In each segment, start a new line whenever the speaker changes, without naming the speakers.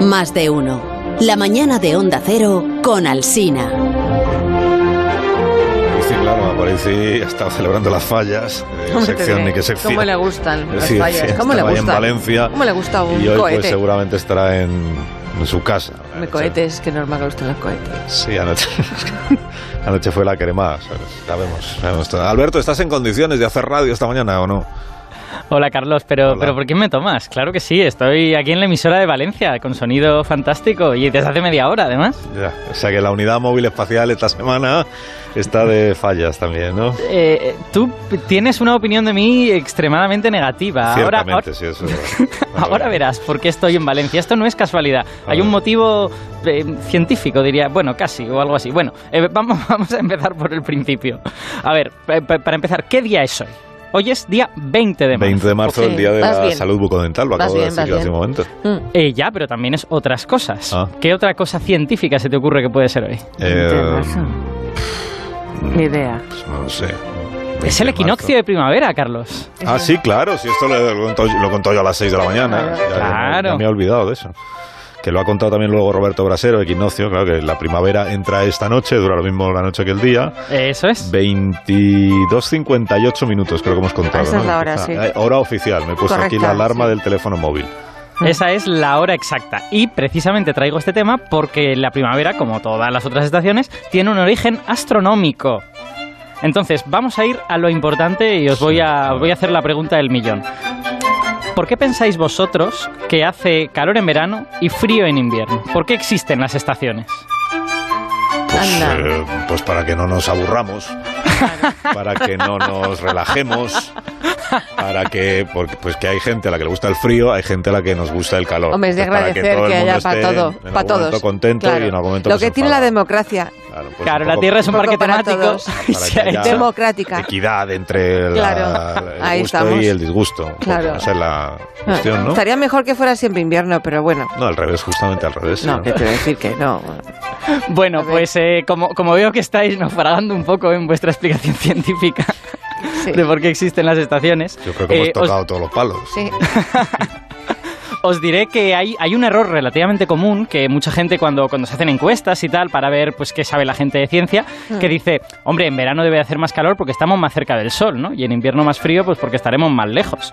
Más de uno. La mañana de Onda Cero con Alsina.
Pues Sí, claro, aparecí, estaba celebrando las fallas, eh,
¿Cómo te
sección
diré?
ni qué sección.
¿Cómo le gustan las
Sí,
fallas?
sí,
¿Cómo le
estaba ahí
gustan?
en Valencia.
¿Cómo le gusta un
Y hoy pues
cohete?
seguramente estará en, en su casa.
Me cohetes, que normal que gustan los cohetes.
Sí, anoche, anoche fue la cremada. ¿sabes? Sabemos, sabemos todo. Alberto, ¿estás en condiciones de hacer radio esta mañana o no?
Hola Carlos, pero, pero ¿por qué me tomas? Claro que sí, estoy aquí en la emisora de Valencia con sonido fantástico y desde hace media hora además.
Ya, o sea que la unidad móvil espacial esta semana está de fallas también, ¿no?
Eh, tú p- tienes una opinión de mí extremadamente negativa. Ahora,
Ciertamente,
ahora,
sí, eso es verdad.
ahora verás por qué estoy en Valencia. Esto no es casualidad. Hay un motivo eh, científico, diría, bueno, casi o algo así. Bueno, eh, vamos, vamos a empezar por el principio. A ver, pa- pa- para empezar, ¿qué día es hoy? Hoy es día 20 de marzo.
20 de marzo, el Día de
vas
la
bien.
Salud Bucodental, lo
Vas
acabo
bien,
de decir
vas
yo hace un
bien.
momento.
Eh, ya, pero también es otras cosas.
Ah.
¿Qué otra cosa científica se te ocurre que puede ser hoy?
Eh,
Ni idea.
pues no lo sé.
Es
20
el
de marzo.
equinoccio de primavera, Carlos.
Ah, sí, claro, si esto lo, lo contó, lo contó yo a las 6 de la mañana. Ya- ya
Claro.
me, me he olvidado de eso. Que lo ha contado también luego Roberto Brasero, equinoccio, claro que la primavera entra esta noche, dura lo mismo la noche que el día.
Eso es.
22.58 minutos, creo que hemos contado.
Ah, Esa es
¿no?
la hora,
Empieza-
sí.
eh, Hora oficial, me he puesto aquí
Correcta,
la alarma
sí.
del teléfono móvil.
Esa es la hora exacta. Y precisamente traigo este tema porque la primavera, como todas las otras estaciones, tiene un origen astronómico. Entonces, vamos a ir a lo importante y os voy a, voy a hacer la pregunta del millón. ¿Por qué pensáis vosotros que hace calor en verano y frío en invierno? ¿Por qué existen las estaciones?
Pues,
Anda.
eh, pues para que no nos aburramos, para que no nos relajemos, para que porque, pues que hay gente a la que le gusta el frío, hay gente a la que nos gusta el calor.
Hombre, es de
Pues para
agradecer
todo
que,
el mundo
haya
esté
para todo,
en algún
para
momento
todos.
contento
Claro.
y en algún momento pues
Lo que tiene la
demostración.
democracia
Claro, pues
Claro,
un
la
poco
Tierra es un
un
parque
poco para
temático.
todos.
y
Para
se ha
que haya-
hecho-
democrática.
equidad entre la-
Claro,
el
ahí
gusto
estamos.
y el disgusto.
Claro. Ah.
Esa es la cuestión, ¿no?
Estaría mejor que fuera siempre invierno, pero bueno.
No, al revés, justamente al revés.
No,
¿no?
que te voy a decir que no. A
Bueno,
ver.
pues eh, como, como veo que estáis naufragando un poco en vuestra explicación científica
Sí.
de por qué existen las estaciones,
Yo creo que hemos
eh, os,
tocado todos los palos.
Sí.
os diré que hay, hay un error relativamente común que mucha gente cuando, cuando se hacen encuestas y tal para ver pues qué sabe la gente de ciencia,
Mm.
que dice, hombre, en verano debe hacer más calor porque estamos más cerca del sol, ¿no? Y en invierno más frío pues porque estaremos más lejos.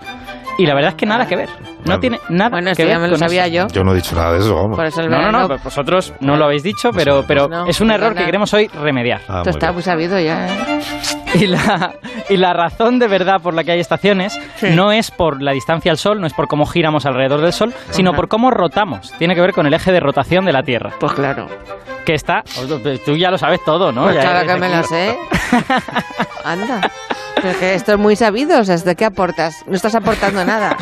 Y la verdad es que nada que ver. No
Bueno.
tiene nada
Bueno,
que
esto
ver
ya me lo
Ah, con
sabía
eso.
yo.
Yo no he dicho nada de eso, vamos.
Por eso el
No, no,
verano-
no, pues vosotros no lo habéis dicho, pero, pero
No,
es un error que
perdona.
queremos hoy remediar.
Ah, muy
Esto está
bien.
muy sabido ya. ¿eh?
Y la, y la razón de verdad por la que hay estaciones no es por la distancia al Sol, no es por cómo giramos alrededor del Sol, sino
Ajá.
por cómo rotamos. Tiene que ver con el eje de rotación de la Tierra,
Pues claro.
que está... Tú ya lo sabes todo, ¿no?
Pues
Ya
claro
eres
que me
aquí.
lo sé. Anda. Pero que esto es muy sabido. O sea, ¿de qué aportas? No estás aportando nada.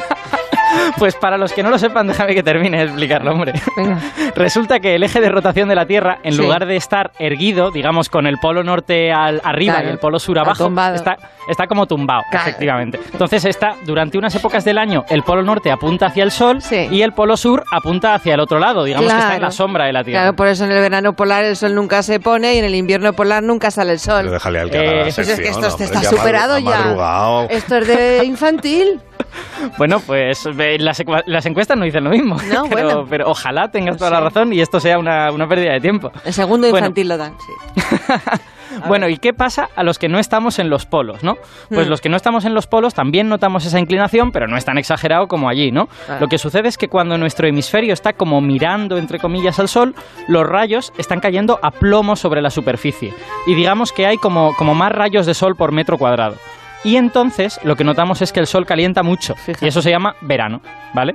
Pues para los que no lo sepan, déjame que termine de explicarlo, hombre.
Venga.
Resulta que el eje de rotación de la Tierra, en
Sí.
lugar de estar erguido, digamos, con el polo norte al, arriba
Claro.
y el polo sur abajo,
Atumbado.
está, está como tumbado,
Claro.
efectivamente. Entonces está, durante unas épocas del año, el polo norte apunta hacia el sol
Sí.
y el polo sur apunta hacia el otro lado, digamos que está en
Claro.
la sombra de la Tierra.
Claro, por eso en el verano polar el sol nunca se pone y en el invierno polar nunca sale el
Pero
sol.
déjale al que
Eh,
haga la
pues
Pues es que
sección,
esto te
hombre,
está
que ha madru-
superado
ha
ya.
madrugado.
Esto es de infantil.
Bueno, pues eh, las, ecua- las encuestas no dicen lo mismo,
No,
pero,
bueno.
pero ojalá tengas toda
Sí.
la razón y esto sea una, una pérdida de tiempo.
El segundo
Bueno.
infantil lo dan, sí.
Bueno, ¿y qué pasa a los que no estamos en los polos, no? Pues
Mm.
los que no estamos en los polos también notamos esa inclinación, pero no es tan exagerado como allí, ¿no?
Claro.
Lo que sucede es que cuando nuestro hemisferio está como mirando, entre comillas, al sol, los rayos están cayendo a plomo sobre la superficie. Y digamos que hay como, como más rayos de sol por metro cuadrado. Y entonces lo que notamos es que el sol calienta mucho.
Fíjate.
Y eso se llama verano, ¿vale?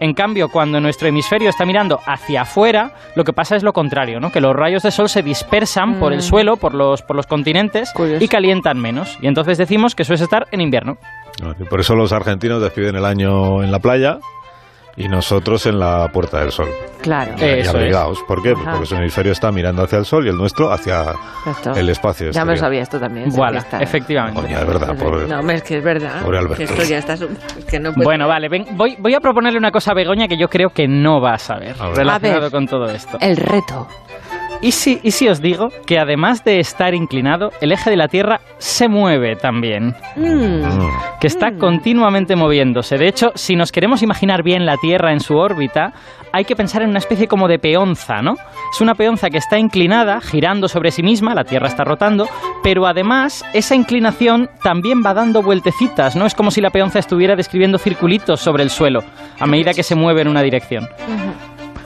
En cambio, cuando nuestro hemisferio está mirando hacia afuera, lo que pasa es lo contrario, ¿no? Que los rayos de sol se dispersan por el
Mm.
suelo, por los, por los continentes
Curioso.
y calientan menos. Y entonces decimos que eso es estar en invierno.
No, y Por eso los argentinos despiden el año en la playa y nosotros en la Puerta del Sol.
Claro.
Y- y
Eso
abrigados. ¿Por qué? Pues
Ajá.
porque su hemisferio está mirando hacia el sol y el nuestro hacia
Esto.
el espacio.
ya me lo
exterior.
sabías tú también. sí,
este Voilà, Pues
ya está.
efectivamente.
Coño, de verdad, pobre.
No, hombre, es que es verdad.
Pobre Alberto.
Que esto ya está. su- es que no puede-
Bueno, vale, ven, voy, voy a proponerle una cosa a Begoña que yo creo que no va a saber
A ver.
relacionado
A ver. Eh.
con todo esto.
El reto.
¿Y si, ¿Y si os digo que además de estar inclinado, el eje de la Tierra se mueve también?
Mm.
Mm.
que está continuamente moviéndose. De hecho, si nos queremos imaginar bien la Tierra en su órbita, hay que pensar en una especie como de peonza, ¿no? Es una peonza que está inclinada, girando sobre sí misma, la Tierra está rotando, pero además esa inclinación también va dando vueltecitas, ¿no? Es como si la peonza estuviera describiendo circulitos sobre el suelo a medida que se mueve en una dirección.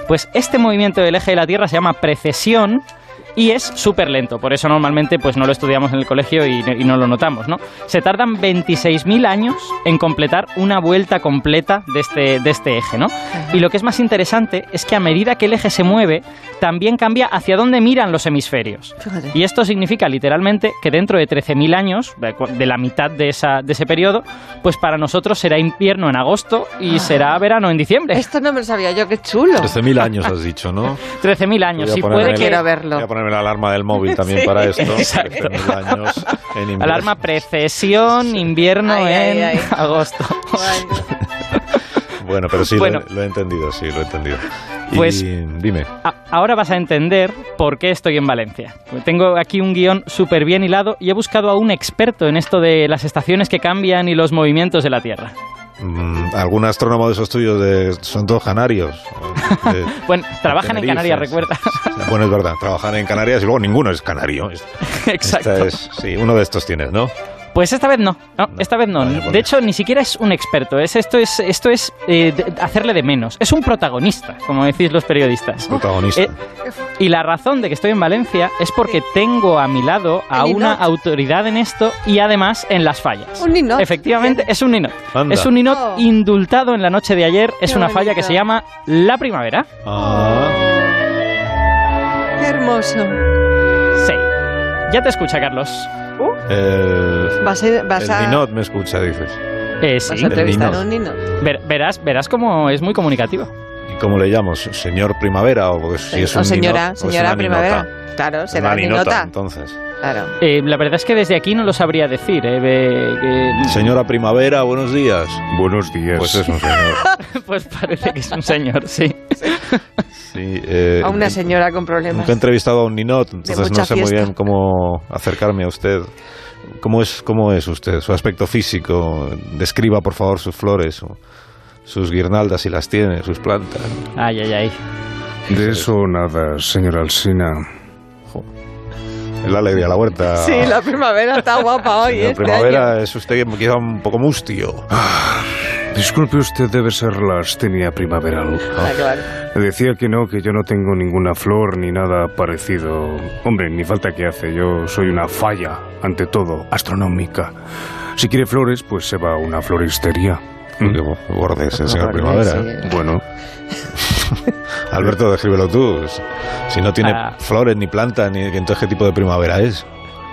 Pues este movimiento del eje de la Tierra se llama precesión y es súper lento, por eso normalmente pues no lo estudiamos en el colegio y, y no lo notamos, ¿no? Se tardan 26.000 años en completar una vuelta completa de este, de este eje, ¿no? Y lo que es más interesante es que a medida que el eje se mueve, también cambia hacia dónde miran los hemisferios.
Fíjate.
Y esto significa literalmente que dentro de 13.000 años, de cu- de la mitad de, esa, de ese periodo, pues para nosotros será invierno en agosto y será verano en diciembre.
Esto no me lo sabía yo, qué chulo.
13.000 años has dicho, ¿no?
13.000 años,
Voy a
sí
ponerme
puede
el-
que...
Quiero verlo.
Voy a ponerme la alarma del móvil también para esto.
exacto.
13.000 años en invierno.
Alarma precesión, invierno
Ay, ay,
en
ay.
agosto.
Bueno, pero sí,
Bueno.
Lo, he, lo he entendido, sí, lo he entendido. Y
Pues-
dime.
A- Ahora vas a entender por qué estoy en Valencia. Tengo aquí un guión súper bien hilado y he buscado a un experto en esto de las estaciones que cambian y los movimientos de la Tierra.
mm, ¿Algún astrónomo de esos tuyos de, son todos canarios? De-
Bueno, trabajan en
Tenerife,
Canarias,
sí,
recuerda.
sí. Bueno, es verdad, trabajan en Canarias y luego ninguno es canario. Es-
Exacto.
esta es- sí, uno de estos tienes, ¿no?
Pues esta vez no.
No,
No, esta vez no.
vale, vale.
De hecho, ni siquiera es un experto. Es, esto es, esto es eh, de- hacerle de menos. Es un protagonista, como decís los periodistas.
Protagonista.
Eh, y la razón de que estoy en Valencia es porque tengo a mi lado a
El
una
ninot.
autoridad en esto y además en las fallas.
Un ninot.
Efectivamente, es un ninot.
Anda.
Es un ninot
Oh.
indultado en la noche de ayer. Es
Qué
una falla
bonito.
que se llama La Primavera.
Ah,
Qué hermoso.
Sí. Ya te escucha, Carlos.
el,
Vas a, vas
el
a,
Ninot me escucha, dices.
Eh,
vas
sí.
a
el
entrevistar
ninot.
a un ninot.
Ver- verás, verás cómo es muy comunicativo.
¿Y cómo le llamamos? ¿Señor Primavera o pues, si es
Eh, o
un
señora,
ninot, o es
señora
una
primavera.
ninota?
Claro,
Es
será
una ninota,
ninota.
entonces.
Claro.
Eh, la verdad es que desde aquí no lo sabría decir. eh, ve- que-
Señora Primavera, buenos días.
Buenos días.
Pues es un señor.
Pues parece que es un señor, sí.
Sí, eh,
A una
nunca-
señora con problemas.
Nunca he entrevistado a un ninot, entonces
mucha
no sé muy
fiesta.
bien cómo acercarme a usted. ¿Cómo es, ¿Cómo es usted? Su aspecto físico. Describa, por favor, sus flores, su- sus guirnaldas, si las tiene, sus plantas.
Ay, ay, ay.
De eso nada, señora Alsina.
Es la alegría, de la huerta.
Sí, la primavera está guapa hoy.
Señor
este
primavera
año.
es usted quizá un poco mustio.
Disculpe, usted debe ser la Astenia primaveral.
Ah, claro.
Le decía que no, que yo no tengo ninguna flor ni nada parecido. Hombre, ni falta que hace. Yo soy una falla, ante todo, astronómica. Si quiere flores, pues se va a una floristería.
Qué bo- borde es el señor primavera.
Sí.
Bueno,
Alberto, descríbelo tú. Si no tiene
Ah.
flores ni plantas, ni entonces qué tipo de primavera es.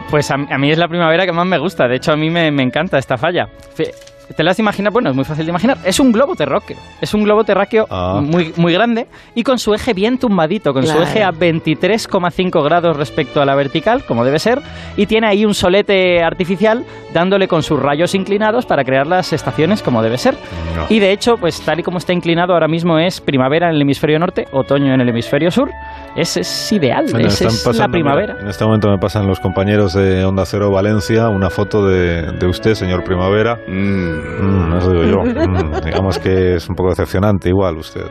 Pues a, a mí es la primavera que más me gusta. De hecho, a mí me, me encanta esta falla. Fe- ¿Te la has imaginado? Bueno, es muy fácil de imaginar. Es un globo terráqueo. Es un globo terráqueo
Ah.
muy, muy grande y con su eje bien tumbadito, con
Claro.
su eje a 23,5 grados respecto a la vertical, como debe ser, y tiene ahí un solete artificial dándole con sus rayos inclinados para crear las estaciones como debe ser.
No.
Y de hecho, pues tal y como está inclinado ahora mismo es primavera en el hemisferio norte, otoño en el hemisferio sur. Ese es ideal,
Bueno, este
esa
están
es la
pasando, mira,
primavera.
en este momento me pasan los compañeros de Onda Cero Valencia una foto de, de usted, señor Primavera.
mm,
Mm, eso digo yo. Mm, digamos que es un poco decepcionante igual usted.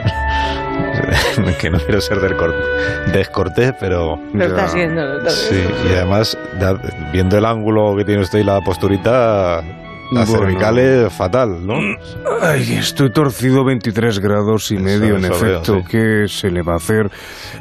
que no quiero ser descor- descortés, pero...
Lo
ya.
está haciendo, lo está
Sí,
haciendo.
y además, da- viendo el ángulo que tiene usted y la posturita, las
Bueno.
cervicales fatal, ¿no?
Ay, estoy torcido 23 grados y
Eso,
medio, en
eso veo,
efecto.
sí.
¿Qué se le va a hacer?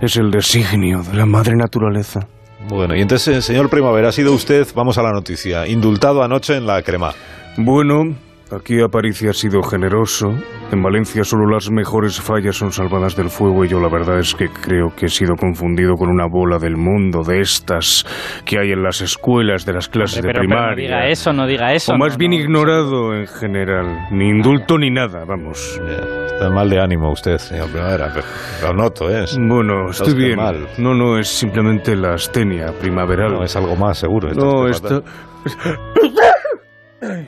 Es el designio de la madre naturaleza.
Bueno, y entonces, eh, señor Primavera, ha sido usted, vamos a la noticia, indultado anoche en la crema.
Bueno, aquí Aparicio ha sido generoso. En Valencia solo las mejores fallas son salvadas del fuego y yo la verdad es que creo que he sido confundido con una bola del mundo de estas que hay en las escuelas de las clases
Hombre,
de
pero- pero
primaria.
no diga eso, no diga eso.
o más
no,
bien
no.
ignorado en general. Ni indulto ni nada, vamos.
Ya, Eh, Está mal de ánimo usted, señor Primavera, pero lo noto, ¿eh?
Bueno,
Está
estoy
usted
bien.
mal.
No, no, es simplemente la astenia primaveral.
No, es algo más, seguro. Está
No,
usted
esto...
fatal.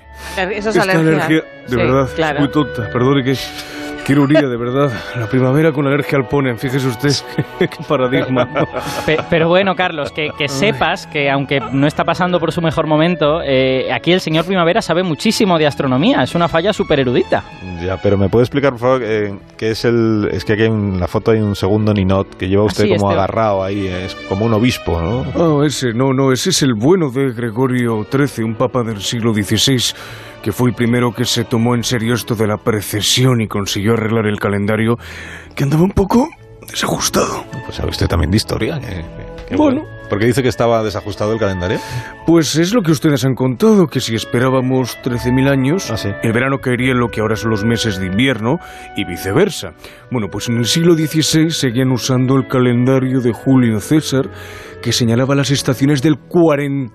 Eso es
Esta
alergia.
alergia, de
Sí,
verdad, es
claro.
muy tonta. Perdone que, Quiero unir de verdad la primavera con alergia al ponen. Fíjese usted qué paradigma.
Pe- pero bueno, Carlos, que, que sepas que aunque no está pasando por su mejor momento, eh, aquí el señor Primavera sabe muchísimo de astronomía. Es una falla súper erudita.
Ya, pero ¿me puede explicar, por favor, eh, qué es el... Es que aquí en la foto hay un segundo ninot que lleva usted
Así es,
como
Teo.
agarrado ahí, eh, es como un obispo, ¿no?
Oh, ese, no, no, ese es el bueno de Gregorio XIII, un papa del siglo XVI, que fue el primero que se tomó en serio esto de la precesión y consiguió arreglar el calendario, que andaba un poco desajustado.
Pues sabe usted también de historia. eh, que- que- que
Bueno.
Porque dice que estaba desajustado el calendario.
Pues es lo que ustedes han contado, que si esperábamos 13.000 años,
Ah, sí.
el verano caería en lo que ahora son los meses de invierno y viceversa. Bueno, pues en el siglo XVI seguían usando el calendario de Julio César, que señalaba las estaciones del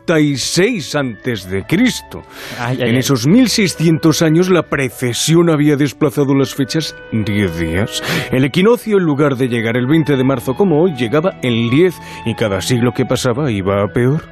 46 antes de Cristo.
Ay, ay,
En
ay.
esos 1600 años la precesión había desplazado las fechas 10 días. El equinoccio en lugar de llegar el 20 de marzo como hoy llegaba el 10 y cada siglo que pasaba iba a peor.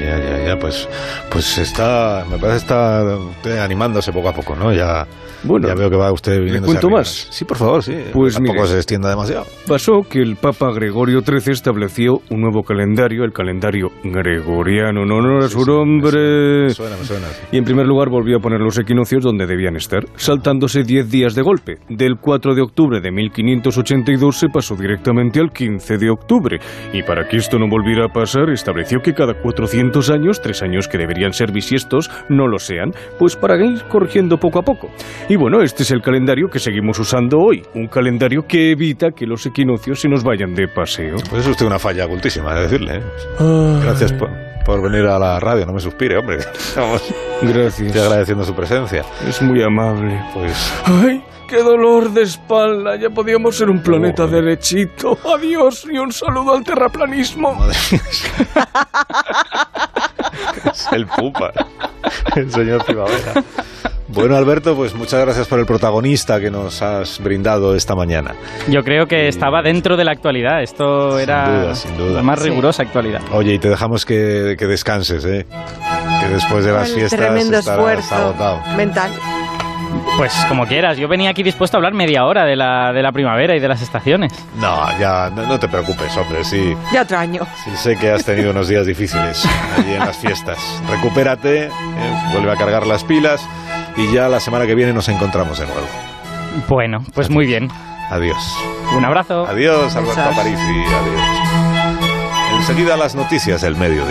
Ya, ya, ya, pues, pues está, me parece que está usted animándose poco a poco, ¿no? Ya,
Bueno,
ya veo que va usted viniendo.
cuento
arriba.
más?
Sí, por favor, sí.
Pues
Tampoco
mire.
se extienda demasiado.
Pasó que el Papa Gregorio XIII estableció un nuevo calendario, el calendario gregoriano, en honor a
Sí,
su
sí,
nombre.
Me suena, me suena. sí.
Y en primer lugar volvió a poner los equinoccios donde debían estar, saltándose 10 días de golpe. Del 4 de octubre de 1582 se pasó directamente al 15 de octubre. Y para que esto no volviera a pasar, estableció que cada 400 años, tres años que deberían ser bisiestos, no lo sean, pues para ir corrigiendo poco a poco. Y bueno, este es el calendario que seguimos usando hoy, un calendario que evita que los equinoccios se nos vayan de paseo.
Pues es usted una falla ocultísima, de decirle. ¿eh? Gracias por, por venir a la radio, no me suspire, hombre. Vamos, estoy
Gracias.
agradeciendo su presencia.
Es muy amable.
Pues
¡Ay! ¡Qué dolor de espalda! Ya podíamos ser un planeta
Joder.
derechito. Adiós y un saludo al terraplanismo.
Madre mía. es el pupa, el señor Primavera. Bueno, Alberto, pues muchas gracias por el protagonista que nos has brindado esta mañana.
Yo creo que estaba dentro de la actualidad. Esto
Sin
era
duda, sin duda.
la más
Sí.
rigurosa actualidad.
Oye, y te dejamos que, que descanses, ¿eh? Que después de las
El
fiestas
tremendo
estarás
esfuerzo
agotado.
mental.
Pues como quieras, yo venía aquí dispuesto a hablar media hora de la, de la primavera y de las estaciones.
No, ya, no, no te preocupes, hombre, sí,
Ya otro año.
sí sé que has tenido unos días difíciles allí en las fiestas. Recupérate, ¿eh? vuelve a cargar las pilas y ya la semana que viene nos encontramos de nuevo.
Bueno, pues muy bien.
Adiós.
Un abrazo.
Adiós, Alberto
Besos.
Aparici. Adiós. Enseguida las noticias del mediodía.